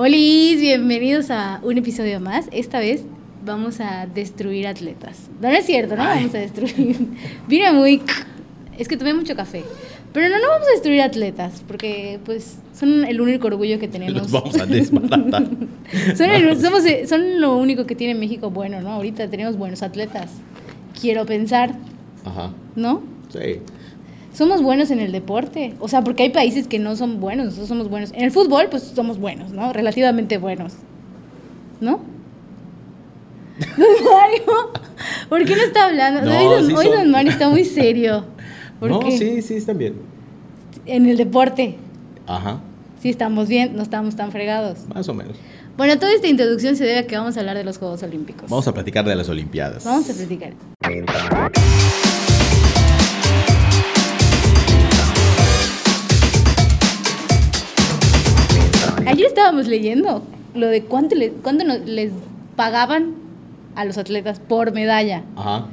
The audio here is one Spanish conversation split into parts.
Hola, bienvenidos a un episodio más. Esta vez vamos a destruir atletas. No, no es cierto, no Ay. vamos a destruir. Vine muy... Es que tomé mucho café. Pero no, no vamos a destruir atletas, porque pues son el único orgullo que tenemos. Los vamos a desbaratar. Son, el- Vamos. somos- eh, son lo único que tiene México bueno, ¿no? Ahorita tenemos buenos atletas. Quiero pensar, Ajá. ¿no? Sí. Somos buenos en el deporte. O sea, porque hay países que no son buenos, nosotros somos buenos. En el fútbol, pues somos buenos, ¿no? Relativamente buenos. ¿No? Don Mario, ¿por qué no está hablando? No, hoy don, sí hoy son. don Mario está muy serio. Porque No, sí, sí, están bien. en el deporte, Ajá. sí estamos bien, no estamos tan fregados. Más o menos. Bueno, toda esta introducción se debe a que vamos a hablar de los Juegos Olímpicos. Vamos a platicar de las Olimpiadas. Vamos a platicar. Ayer estábamos leyendo lo de cuánto, le- cuánto nos- les pagaban a los atletas por medalla. Ajá.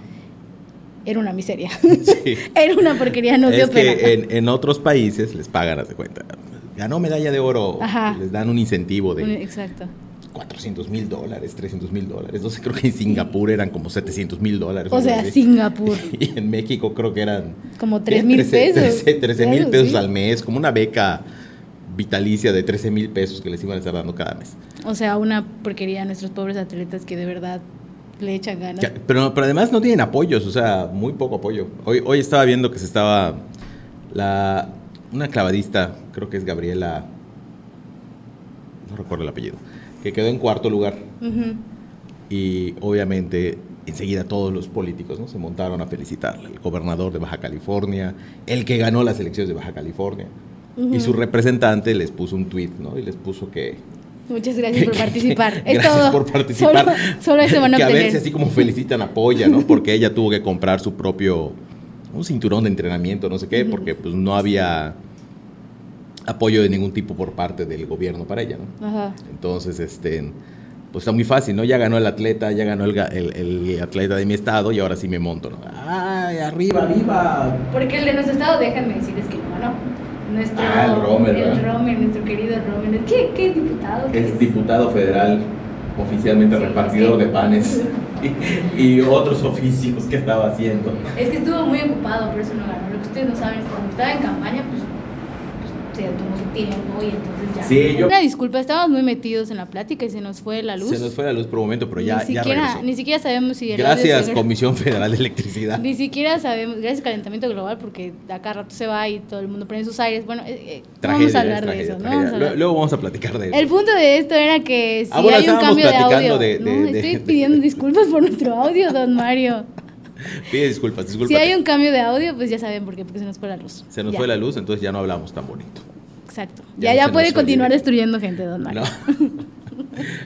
Era una miseria. Sí. Era una porquería, no dio es pena. que en, en otros países les pagan, haz de cuenta. Ganó medalla de oro. Ajá. Les dan un incentivo Un- de Exacto. 400 mil dólares, 300 mil dólares. No sé, creo que en Singapur eran como 700 mil dólares. O algo sea, así. Singapur. Y en México creo que eran Como 3 mil 13, pesos. 13, 13 mil Claro, pesos sí. al mes, como una beca vitalicia de 13 mil pesos que les iban a estar dando cada mes. O sea, una porquería a nuestros pobres atletas que de verdad le echan ganas. Ya, Pero, pero además no tienen apoyos, o sea, muy poco apoyo. Hoy, hoy estaba viendo que se estaba la, una clavadista, creo que es Gabriela, no recuerdo el apellido, que quedó en cuarto lugar Ujú. y obviamente enseguida todos los políticos ¿no? se montaron a felicitarla. El gobernador de Baja California, el que ganó las elecciones de Baja California. Y su Ujú. representante les puso un tweet, ¿no? Y les puso que... Muchas gracias por participar. Es gracias todo. por participar. Solo, solo eso van a que a obtener. veces así como felicitan apoya, ¿no? Porque ella tuvo que comprar su propio... Un cinturón de entrenamiento, no sé qué, Ujú. porque pues no había apoyo de ningún tipo por parte del gobierno para ella, ¿no? Ajá. Entonces, este, pues está muy fácil, ¿no? Ya ganó el atleta, ya ganó el, ga- el- el atleta de mi estado y ahora sí me monto, ¿no? ¡Ay, arriba, arriba! Porque el de nuestro estado, déjenme decirles que no, no. Nuestro, Ah, el Rommel, el ¿verdad? Rommel, nuestro querido Romer. ¿Qué, qué es diputado? ¿Qué Es diputado federal, oficialmente Sí, repartidor sí. de panes y, y otros oficios que estaba haciendo. Es que estuvo muy ocupado, por eso no ganó. Lo que ustedes no saben es que cuando estaba en campaña, pues, pues, se tomó su tiempo y entonces ya. Sí, yo- Una disculpa, estábamos muy metidos en la plática y se nos fue la luz. Se nos fue la luz por un momento, pero ya, ni ya siquiera, regresó. ni siquiera sabemos si el audio Gracias, se- Comisión Federal de Electricidad. Ni siquiera sabemos, gracias calentamiento global, porque acá rato se va y todo el mundo prende sus aires. Bueno, eh, eh, no Tragedia, vamos a hablar tragedia, de eso, ¿no? tragedia. Vamos a hablar. Lu- Luego vamos a platicar de eso. El punto de esto era que si Ah, bueno, hay un estábamos cambio de platicando audio. de- de- no, de- estoy pidiendo disculpas por nuestro audio, don Mario. Pide disculpas, disculpas. Si hay un cambio de audio, pues ya saben por qué, porque se nos fue la luz. Se nos Ya, fue la luz, entonces ya no hablamos tan bonito. Exacto. Ya, Ya no ya, se puede nos continuar olvide. destruyendo gente, don Mario. No.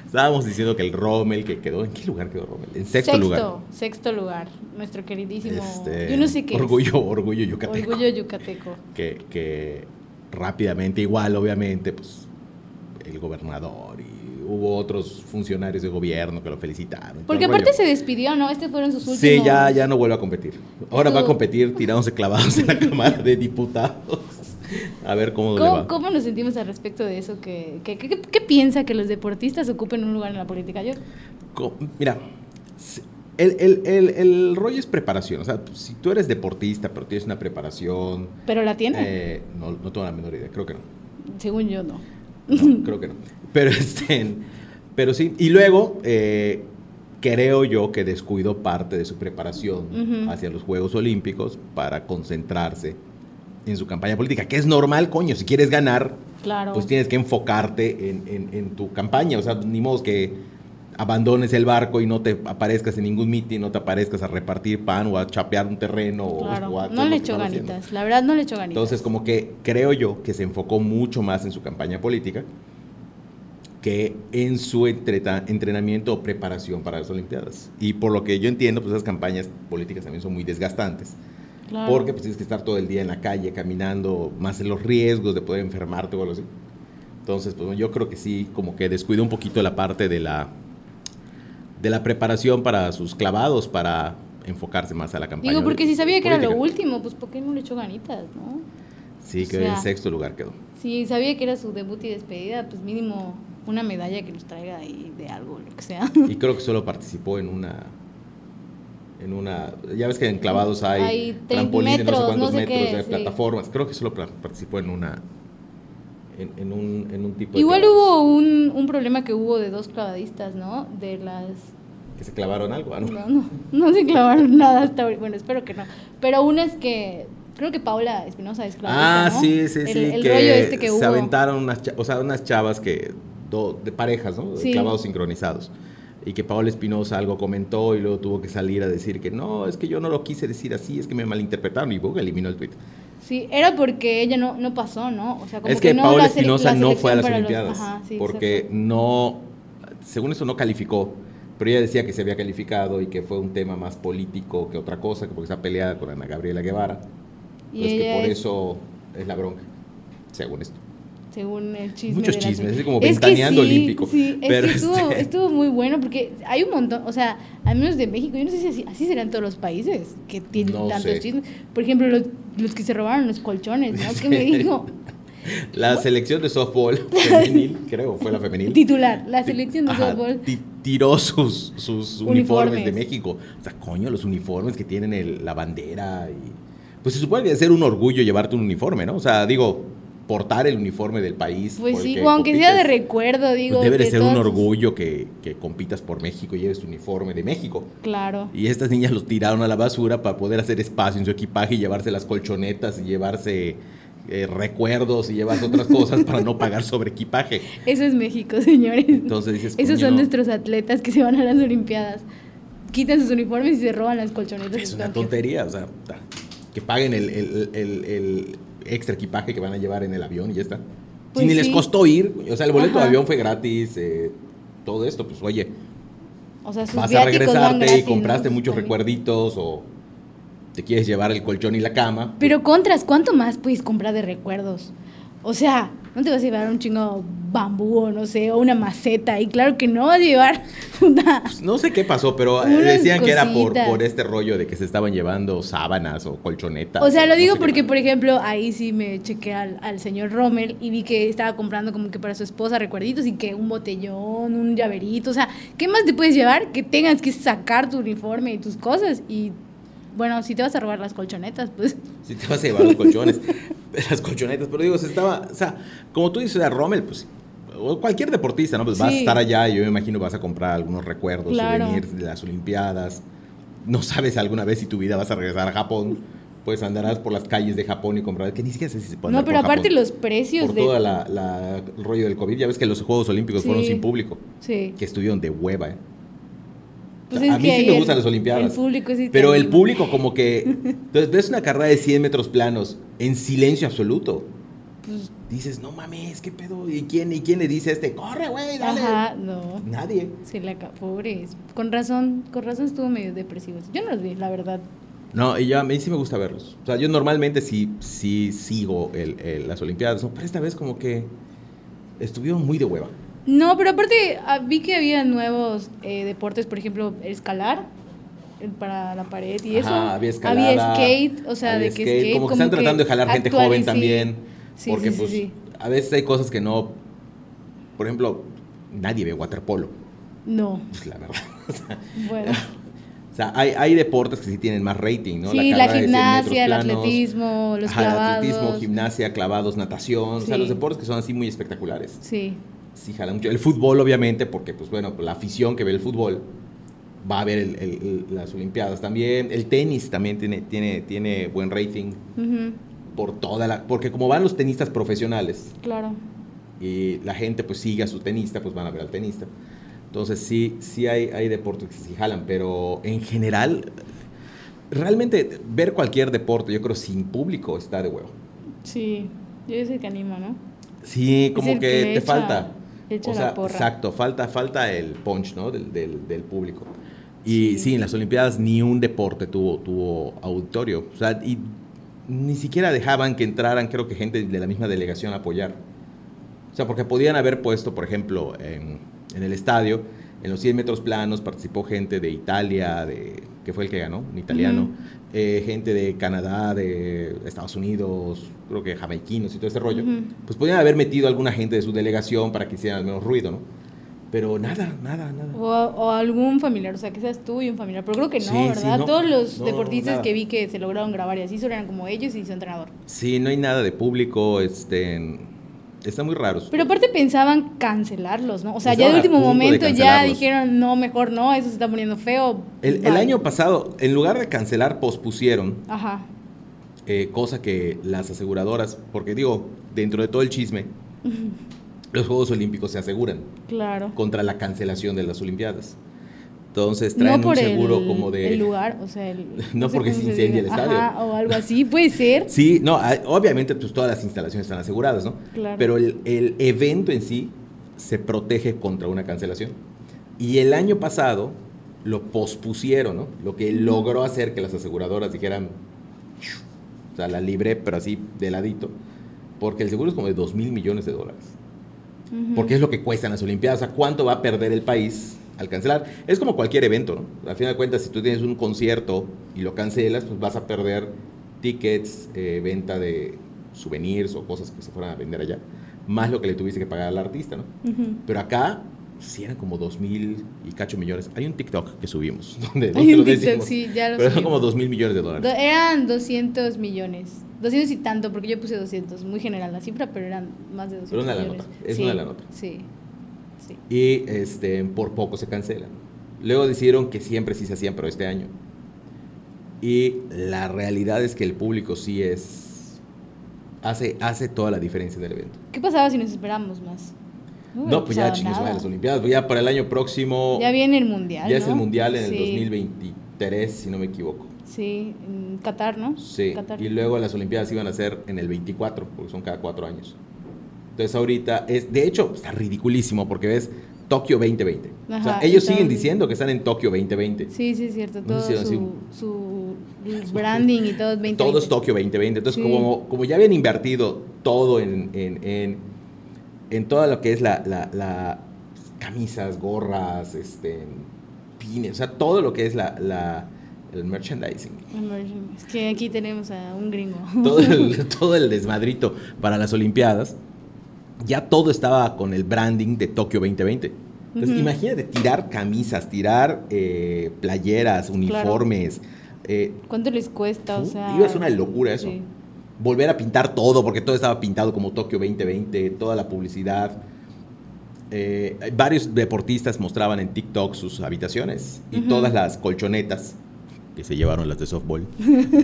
Estábamos diciendo que el Rommel que quedó. ¿En qué lugar quedó Rommel? En sexto, lugar. sexto lugar. Nuestro queridísimo. Este, yo no sé qué. es. Orgullo, orgullo yucateco. Orgullo yucateco. Que, que rápidamente, igual, obviamente, pues el gobernador y hubo otros funcionarios de gobierno que lo felicitaron. y Porque todo el aparte se rollo. despidió, ¿no? Estos fueron sus últimos. Sí, ya, ya no vuelve a competir. Ahora va a Estuvo- competir tirándose clavados en la Cámara de Diputados. A ver cómo, le va. ¿Cómo, cómo nos sentimos al respecto de eso? ¿Qué, qué, qué- qué piensa que los deportistas ocupen un lugar en la política? Yo, Co- Mira, s- el, el- el- el rollo es preparación. O sea, si tú eres deportista, pero tienes una preparación. pero la tiene. eh, no, no tengo la menor idea, creo que no. Según yo, no. No, creo que no. Pero, este, pero sí. Y luego, eh, creo yo que descuidó parte de su preparación Ujú. hacia los Juegos Olímpicos para concentrarse en su campaña política, que es normal, coño. Si quieres ganar, Claro. pues tienes que enfocarte en, en- en tu campaña. O sea, ni modo que abandones el barco y no te aparezcas en ningún mitin, no te aparezcas a repartir pan o a chapear un terreno. o- Claro, o a hacer no lo le que echó están ganitas, haciendo. la verdad no le echó ganitas. Entonces, como que creo yo que se enfocó mucho más en su campaña política que en su entreta- entrenamiento o preparación para las Olimpiadas. Y por lo que yo entiendo, pues esas campañas políticas también son muy desgastantes. Claro. Porque pues, tienes que estar todo el día en la calle caminando, más los riesgos de poder enfermarte o algo así. Entonces, pues yo creo que sí, como que descuida un poquito la parte de la, de la preparación para sus clavados, para enfocarse más a la campaña. Digo, porque si sabía que era lo política. último, pues ¿por qué no le echó ganitas, no? Sí, o que en sea- sexto lugar quedó. Si sabía que era su debut y despedida, pues mínimo una medalla que nos traiga ahí de algo, lo que sea. Y creo que solo participó en una. En una. Ya ves que en clavados hay, Hay tre- trampolines, no sé metros, cuántos no sé metros, qué, hay sí. plataformas. Creo que solo pra- participó en una. En, en un, en un tipo de Igual clavados. hubo un, un problema que hubo de dos clavadistas, ¿no? De las... Que se clavaron algo, ah, ¿no? No, no, no se clavaron nada hasta ahorita. Bueno, espero que no. Pero una es que... Creo que Paula Espinosa es clavadista, ah, ¿no? sí, sí, El- sí. El, que rollo este que se hubo. aventaron unas, cha- o sea, unas chavas que. do- de parejas, ¿no? De Sí. clavados sincronizados. Y que Paola Espinosa algo comentó y luego tuvo que salir a decir que no, es que yo no lo quise decir así, es que me malinterpretaron y Boga eliminó el tweet. Sí, era porque ella no, no pasó, ¿no? O sea, como es que, no Paola la sele- Espinosa la no fue selección a las para los- Olimpiadas Ajá, sí, porque exacto. no, según eso no calificó, pero ella decía que se había calificado y que fue un tema más político que otra cosa, que porque está peleada con Ana Gabriela Guevara. Y Entonces pues, que ella por es- eso es la bronca, según esto. según el chisme. Muchos de la chismes, serie. es como que ventaneando sí, olímpico, Sí, es pero que estuvo, este- estuvo muy bueno porque hay un montón, o sea, al menos de México, yo no sé si así, así serán todos los países que tienen No tantos sé. chismes. Por ejemplo, los, los que se robaron los colchones, ¿no? Sí. Que me dijo La selección de softball femenil, creo, fue la femenil. titular, la selección de Ajá, softball. ti- tiró sus, sus uniformes. Uniformes. de México. O sea, coño, los uniformes que tienen el- la bandera y... Pues se supone que debe ser un orgullo llevarte un uniforme, ¿no? O sea, digo, portar el uniforme del país. Pues por el sí, que o aunque sea de compites, recuerdo, pues digo. debe de que ser un todos- orgullo que, que compitas por México y lleves tu uniforme de México. Claro. Y estas niñas los tiraron a la basura para poder hacer espacio en su equipaje y llevarse las colchonetas y llevarse eh, recuerdos y llevarse otras cosas para no pagar sobre equipaje. Eso es México, señores. Entonces dices, Esos coño, son nuestros atletas que se van a las Olimpiadas. Quitan sus uniformes y se roban las colchonetas. Es de una Tokio. tontería, o sea, ta- que paguen el, el- el- el extra equipaje que van a llevar en el avión y ya está. Pues si ni les sí. costó ir, o sea, el boleto de Ajá. avión fue gratis, eh, todo esto, pues oye, O sea, sus vas a viáticos van regresarte gratis, y compraste ¿no? muchos También. recuerditos o te quieres llevar el colchón y la cama. Pero contras, ¿cuánto más puedes comprar de recuerdos? O sea, no te vas a llevar un chingo bambú o no sé, o una maceta. Y claro que no vas a llevar una... Pues, no sé qué pasó, pero eh, Unas decían que era por, cositas. por este rollo de que se estaban llevando sábanas o colchonetas. O sea, lo no digo sé qué porque, más. por ejemplo, ahí sí me chequé al, al señor Rommel y vi que estaba comprando como que para su esposa recuerditos y que un botellón, un llaverito, o sea, ¿qué más te puedes llevar? Que tengas que sacar tu uniforme y tus cosas y, bueno, si te vas a robar las colchonetas, pues... Si te vas a llevar los colchones, las colchonetas, pero digo, se estaba, o sea, como tú dices, a Rommel, pues, o cualquier deportista, ¿no? Pues vas a Sí. estar allá y yo me imagino vas a comprar algunos recuerdos, Claro. souvenirs de las Olimpiadas. No sabes alguna vez si tu vida vas a regresar a Japón, pues andarás por las calles de Japón y comprarás, que ni siquiera sé si se puede No, andar pero por aparte Japón. los precios Por de... todo la, la- el rollo del COVID, ya ves que los Juegos Olímpicos fueron Sí. sin público, Sí. que estuvieron de hueva, ¿eh? Pues O sea, es a mí que sí ahí me el- gustan las El Olimpiadas. público sí te Pero el anima. público como que... Entonces ves una carrera de 100 metros planos en silencio absoluto. Pues, Dices, no mames, ¿qué pedo? ¿Y quién, y quién le dice a este? ¡Corre, güey, dale! Ajá, no. Nadie. Sí, la ca- pobres. Con razón, con razón estuvo medio depresivo. Yo no los vi, la verdad. No, y yo, a mí sí me gusta verlos. O sea, yo normalmente sí, sí sigo el- el- las Olimpiadas, ¿no? pero esta vez como que estuvieron muy de hueva. No, pero aparte ah, vi que había nuevos eh, deportes, por ejemplo, escalar eh, para la pared y eso. Ajá, había escalada, skate, o sea, había de que skate, skate. Como que están tratando de jalar gente actual y joven sí. también. Sí, porque sí, sí, pues sí. a veces hay cosas que no... Por ejemplo, nadie ve waterpolo, No, pues, la verdad. O sea, bueno. O sea, hay, hay deportes que sí tienen más rating, ¿no? sí, la, carrera de 100 metros gimnasia, el planos, atletismo, los ajá, el clavados. atletismo, gimnasia, clavados, natación. O sea, Sí. los deportes que son así muy espectaculares. Sí, Sí, jala mucho. El fútbol, obviamente, porque, pues bueno, la afición que ve el fútbol va a ver el- el- el- las Olimpiadas también. El tenis también tiene, tiene, tiene buen rating ujú, por toda la... Porque como van los tenistas profesionales claro. y la gente pues sigue a su tenista, pues van a ver al tenista. Entonces sí, sí hay, hay deportes que sí jalan, pero en general, realmente ver cualquier deporte, yo creo, sin público está de huevo. Sí, yo soy el que anima, ¿no? Sí, Es como el que, que te le echa- falta. le echa o la sea, porra. exacto, falta, falta el punch, ¿no? Del, del- del público. Y sí. Sí. en las Olimpiadas ni un deporte tuvo, tuvo auditorio. O sea, y ni siquiera dejaban que entraran, creo que gente de la misma delegación a apoyar. O sea, porque podían haber puesto, por ejemplo, en, en el estadio, en los 100 metros planos participó gente de Italia, de, que que fue el que ganó, un italiano, Ujú. eh, gente de Canadá, de Estados Unidos, creo que jamaiquinos y todo ese rollo, Ujú. pues podían haber metido a alguna gente de su delegación para que hicieran al menos ruido, ¿no? Pero nada, nada, nada. O, o algún familiar, o sea, que seas tú y un familiar. Pero creo que no, Sí, sí, ¿verdad? no. Todos los No, deportistas nada. que vi que se lograron grabar y así solo eran como ellos y su entrenador. Sí, no hay nada de público, este, está muy raro. Pero aparte pensaban cancelarlos, ¿no? O sea, ya de Estaban a último punto de momento ya cancelarlos. dijeron, no, mejor no, eso se está poniendo feo. El, el bye". año pasado, en lugar de cancelar, pospusieron, Ajá. eh, cosa que las aseguradoras, porque digo, dentro de todo el chisme, los Juegos Olímpicos se aseguran Claro. contra la cancelación de las Olimpiadas. Entonces traen No por un seguro el, como de... el lugar, o sea, el- No sé porque cómo se incendia diga. el estadio. Ajá, o algo así, puede ser. Sí, no, hay- obviamente pues todas las instalaciones están aseguradas, ¿no? Claro. Pero el, el evento en sí se protege contra una cancelación. Y el año pasado lo pospusieron, ¿no? Lo que logró hacer que las aseguradoras dijeran, "Shh", o sea, la libré, pero así de ladito, porque el seguro es como de 2 mil millones de dólares. Ujú. Porque es lo que cuestan las Olimpiadas, o sea, cuánto va a perder el país al cancelar. Es como cualquier evento, ¿no? Al final de cuentas, si tú tienes un concierto y lo cancelas, pues vas a perder tickets, eh, venta de souvenirs o cosas que se fueran a vender allá, más lo que le tuviste que pagar al artista, ¿no? Ujú. Pero acá, si eran como dos mil y cacho millones. Hay un TikTok que subimos, donde, Hay donde un lo TikTok, decimos. sí, ya lo Pero son subimos. como dos mil millones de dólares. Do- eran 200 millones. 200 y tanto, porque yo puse 200. Muy general la cifra, pero eran más de 200 Pero una la millones. nota, es una la nota. Sí, sí. Y este, por poco se cancela. Luego decidieron que siempre sí se hacían, pero este año. Y la realidad es que el público sí es. hace, hace toda la diferencia del evento. ¿Qué pasaba si nos esperamos más? hubiera no, pues ya pasado chingues, nada. las Olimpiadas. pues ya para el año próximo. Ya viene el mundial. ya es el ¿no? Mundial en Sí, el 2023, si no me equivoco. Sí, en Qatar, ¿no? Sí. Qatar. Y luego las Olimpiadas iban a ser en el 24, porque son cada cuatro años. Entonces ahorita es. De hecho, está ridiculísimo, porque ves Tokio 2020. o sea, Ajá, ellos están- siguen diciendo que están en Tokio 2020. Sí, sí, es cierto. No Todo sé si era su, su branding y todo es 20. Todo es Tokio 2020. Entonces, Sí. como, como ya habían invertido todo en, en, en, en todo lo que es la, la- la- camisas, gorras, este, pines, o sea, todo lo que es la, la- el merchandising. Es que aquí tenemos a un gringo. Todo el, todo el desmadrito para las Olimpiadas. Ya todo estaba con el branding de Tokio 2020. Entonces, Ujú. imagínate tirar camisas, tirar eh, playeras, uniformes. eh, ¿Cuánto les cuesta? O Fu- sea, digo, es una locura eso. sí. volver a pintar todo, porque todo estaba pintado como Tokio 2020, toda la publicidad. Eh, varios deportistas mostraban en TikTok sus habitaciones y Ujú. todas las colchonetas que se llevaron las de softball.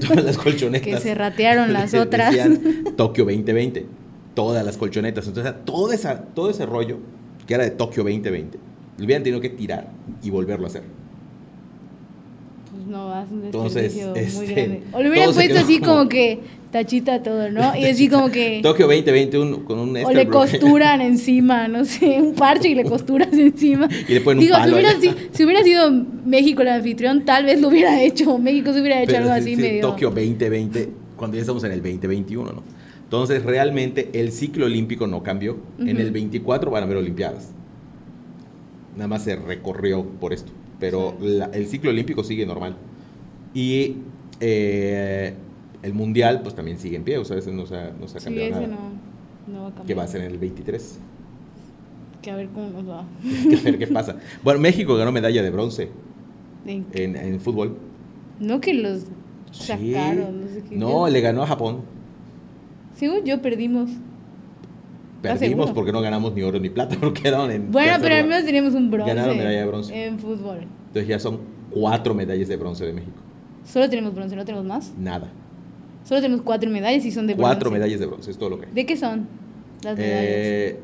todas las colchonetas. Que se ratearon las de- otras. decían Tokio 2020. Todas las colchonetas. Entonces, todo, esa, todo ese rollo que era de Tokio 2020, lo hubieran tenido que tirar y volverlo a hacer. Pues no, hace un Entonces, desperdicio muy este, grande. O le hubieran todo se puesto quedó así como- como que tachita todo, ¿no? Y así como que... Tokio 2020 un- con este un... O extra le bloque. costuran encima, no sé, un parche y le costuras encima. Y le ponen un Digo, si palo hubiera, ahí. si- si hubiera sido México el anfitrión, tal vez lo hubiera hecho. México se hubiera hecho Pero algo sí, así sí, medio... Tokio 2020, cuando ya estamos en el 2021, ¿no? Entonces, realmente el ciclo olímpico no cambió. En Ujú. el 24 van a haber Olimpiadas. Nada más se recorrió por esto. Pero Sí. la- el ciclo olímpico sigue normal. Y eh, el mundial, pues también sigue en pie. O sea, ese no se ha, no se ha Sí, cambiado ese nada. no, no va a cambiar. Que va a ser en el 23. Que a ver cómo nos va. A ver qué pasa. Bueno, México ganó medalla de bronce Eh, En- en, en fútbol. No que los Sí. sacaron, no sé qué. No, le ganó a Japón. Según yo, perdimos. ¿Estás Perdimos seguro? porque no ganamos ni oro ni plata, porque quedaron en. Bueno, tercer pero al lugar. menos teníamos un bronce. Ganaron medalla de bronce. En fútbol. Entonces ya son cuatro medallas de bronce de México. Solo tenemos bronce, no tenemos más. Nada. Solo tenemos cuatro medallas y son de cuatro bronce. medallas de bronce, es todo lo que hay. ¿De qué son las medallas? Eh,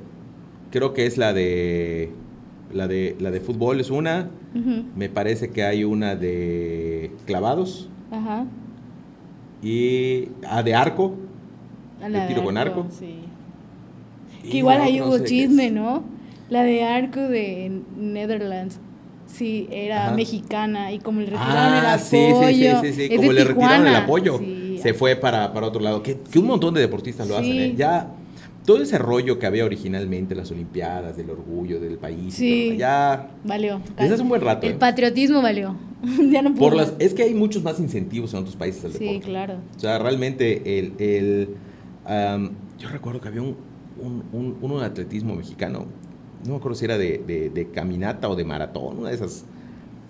creo que es la de. La de, la de fútbol es una. Ujú, Me parece que hay una de clavados. Ajá. Y. Ah, de arco. La ¿De tiro con arco? Sí. y Que igual la ahí otra no hubo sé qué chisme, es. ¿no? La de arco de Netherlands. Sí, era Ajá. mexicana y como le retiraron el Ah, apoyo. sí, sí, sí, sí, sí. es de Como le retiraron el Tijuana. apoyo, Sí. ah, se fue para, para otro lado. Que, que un montón de deportistas lo hacen, Sí. ¿eh? Ya, todo ese rollo que había originalmente, las Olimpiadas, del orgullo del país, y Sí. todo, ya. Valió. Desde hace un buen rato. El ¿eh? patriotismo valió. ya no puedo. Por las, es que hay muchos más incentivos en otros países al Sí, deporte. claro. O sea, realmente el... el, am, yo recuerdo que había un, un- un- uno de atletismo mexicano, no me acuerdo si era de, de- de caminata o de maratón, una de esas,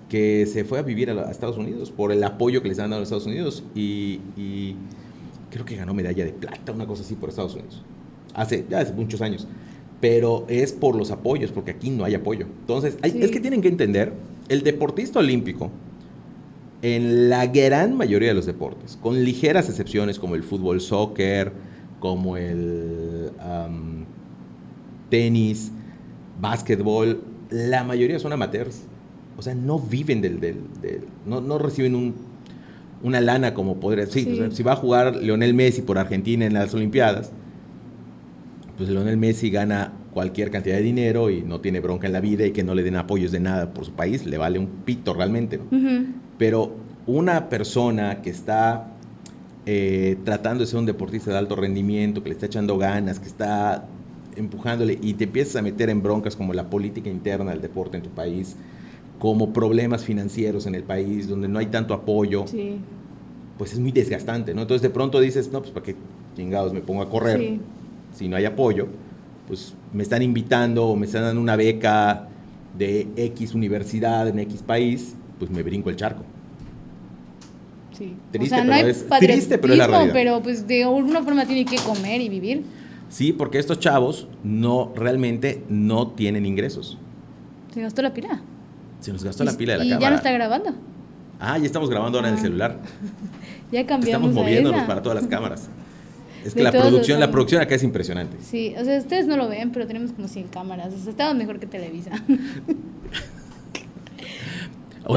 que se fue a vivir a, la- a Estados Unidos por el apoyo que les han dado a los Estados Unidos y, y creo que ganó medalla de plata, una cosa así, por Estados Unidos. Hace, ya hace muchos años. Pero es por los apoyos, porque aquí no hay apoyo. Entonces, hay- Sí. es que tienen que entender, el deportista olímpico, en la gran mayoría de los deportes, con ligeras excepciones como el fútbol, soccer, como el am, tenis, básquetbol, la mayoría son amateurs. O sea, no viven del... del, del- no, no reciben un- una lana como podría... Sí, Sí. o sea, si va a jugar Lionel Messi por Argentina en las Olimpiadas, pues Lionel Messi gana cualquier cantidad de dinero y no tiene bronca en la vida y que no le den apoyos de nada por su país, le vale un pito realmente. ¿no? Ujú. Pero una persona que está eh, tratando de ser un deportista de alto rendimiento, que le está echando ganas, que está empujándole y te empiezas a meter en broncas como la política interna del deporte en tu país, como problemas financieros en el país, donde no hay tanto apoyo, Sí. pues es muy desgastante, ¿no? Entonces de pronto dices, no, pues para qué chingados me pongo a correr Sí. si no hay apoyo, pues me están invitando o me están dando una beca de X universidad en X país, pues me brinco el charco. sí. Triste, pero es- triste, pero es la patriotismo, realidad. pero, pues de alguna forma tiene que comer y vivir. Sí, porque estos chavos no realmente no tienen ingresos. Se gastó la pila. Se nos gastó la Y- pila de la y ya cámara. no está grabando. Ah, ya estamos grabando ahora en el Ah, celular. Ya cambiamos Estamos a moviéndonos esa. para todas las cámaras. Es que De la todos los producción, la ángulos. producción acá es impresionante. Sí, o sea, ustedes no lo ven, pero tenemos como 100 cámaras. O sea, estaba mejor que Televisa. Ah, pues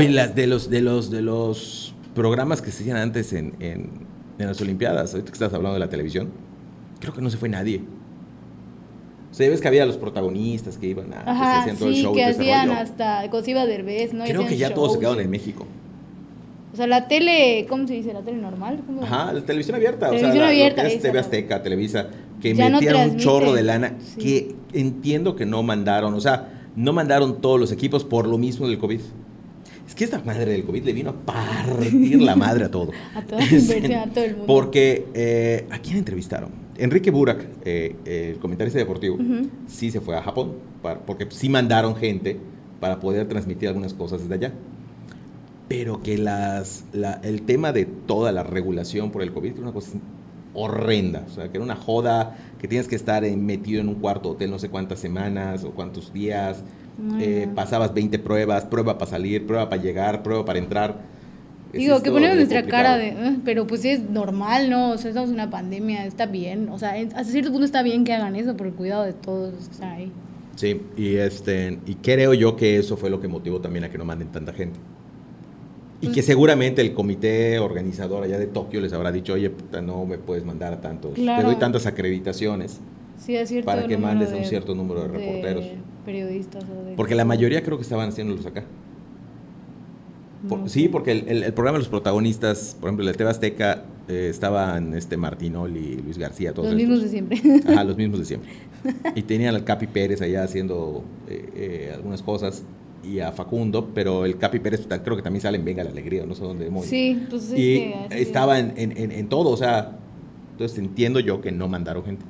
Oye, las de los de los de los programas que se hacían antes en, en, en las Olimpiadas, ahorita que estás hablando de la televisión, creo que no se fue nadie. O sea, ya ves que había los protagonistas que iban a que se Ajá, hacían todo el sí, show y que todo ese hacían rollo. hasta cuando se iba Derbez, ¿no? Creo Hacían que ya todos se shows. quedaron en México. O sea, la tele, ¿cómo se dice? ¿La tele normal? ¿Cómo? Ajá, la televisión abierta. o sea, Televisión la- lo que abierta, es esa, TV ¿no? Azteca, Televisa, que Ya no metieron un transmite. chorro de lana Sí. que entiendo que no mandaron. O sea, no mandaron todos los equipos por lo mismo del COVID. Es que esta madre del COVID le vino a partir la madre a todo. A toda la inversión, a todo el mundo. Porque, eh, ¿a quién entrevistaron? Enrique Burak, eh, eh, el comentarista deportivo, Ujú. sí se fue a Japón, para- porque sí mandaron gente para poder transmitir algunas cosas desde allá. Pero que las, la- el tema de toda la regulación por el COVID que era una cosa horrenda, o sea, que era una joda, que tienes que estar eh, metido en un cuarto hotel no sé cuántas semanas o cuántos días, No, eh, no. pasabas 20 pruebas, prueba para salir, prueba para llegar, prueba para entrar. Es Digo, que esto ponemos nuestra complicado. cara de, "Ah", pero pues es normal, ¿no? O sea, estamos en una pandemia, está bien. O sea, en- hasta cierto punto está bien que hagan eso por el cuidado de todos los que están ahí. Sí, y, este, y creo yo que eso fue lo que motivó también a que no manden tanta gente. Y que seguramente el comité organizador allá de Tokio les habrá dicho, oye, puta, no me puedes mandar a tantos, te Claro. doy tantas acreditaciones Sí, a cierto para que número mandes a de- un cierto número de reporteros. periodistas o de... Porque la mayoría creo que estaban haciéndolos acá. Por- No. sí, porque el, el- el programa de los protagonistas, por ejemplo, la TV Azteca, eh, estaban este Martinoli, Luis García, todos Los mismos estos. de siempre. Ajá, los mismos de siempre. Y tenían al Capi Pérez allá haciendo eh, eh, algunas cosas y a Facundo, pero el Capi Pérez ta- creo que también sale en Venga la Alegría, o no sé dónde demonios. sí, pues es y que así- estaba en, en- en- en todo, o sea, entonces entiendo yo que no mandaron gente,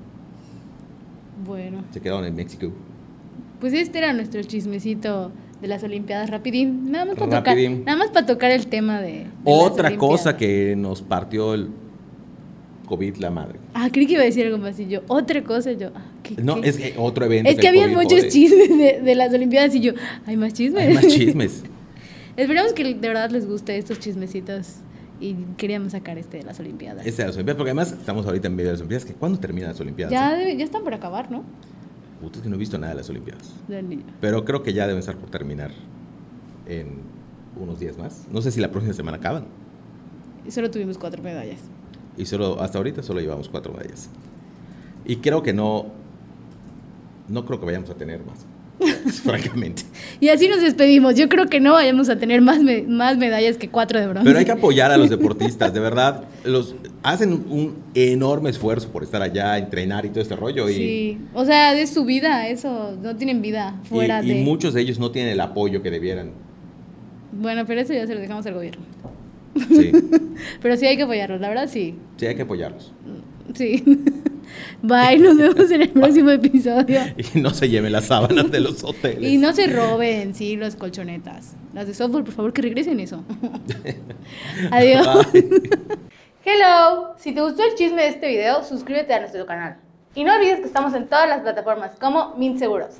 Bueno, se quedaron en México. pues este era nuestro chismecito de las Olimpiadas rapidín. Nada más para tocar, Rapidín. nada más para tocar el tema de... de Otra las cosa Olimpiadas. que nos partió el COVID la madre. Ah, creí que iba a decir algo más y yo, otra cosa yo... ah, ¿qué- No, qué? es que otro evento. Es que el había COVID muchos jode. chismes de, de las Olimpiadas y yo, hay más chismes. Hay más chismes. Esperamos que de verdad les guste estos chismecitos y queríamos sacar este de las Olimpiadas. Este de las Olimpiadas, porque además estamos ahorita en medio de las Olimpiadas. que ¿Cuándo terminan las Olimpiadas? ya, debe- ya están por acabar, ¿no? Puta, es que no he visto nada de las Olimpiadas. Del niño. Pero creo que ya deben estar por terminar en unos días más. No sé si la próxima semana acaban. Y Solo tuvimos cuatro medallas. Y solo, hasta ahorita solo llevamos cuatro medallas. Y creo que no. No creo que vayamos a tener más. francamente. Y así nos despedimos. Yo creo que no vayamos a tener más, me- más medallas que cuatro de bronce. Pero hay que apoyar a los deportistas, de verdad. Los hacen un enorme esfuerzo por estar allá, entrenar y todo este rollo. Y, Sí, o sea, es su vida, eso. No tienen vida y- fuera y de. muchos de ellos no tienen el apoyo que debieran. Bueno, pero eso ya se lo dejamos al gobierno. Sí, Pero sí hay que apoyarlos, la verdad sí. sí, hay que apoyarlos. Sí. Bye, nos vemos en el próximo episodio. Y no se lleven las sábanas de los hoteles. Y no se roben, sí, las colchonetas. Las de software, por favor, que regresen eso. Adiós. Bye. Hello, si te gustó el chisme de este video, suscríbete a nuestro canal. Y no olvides que estamos en todas las plataformas como Mint Seguros.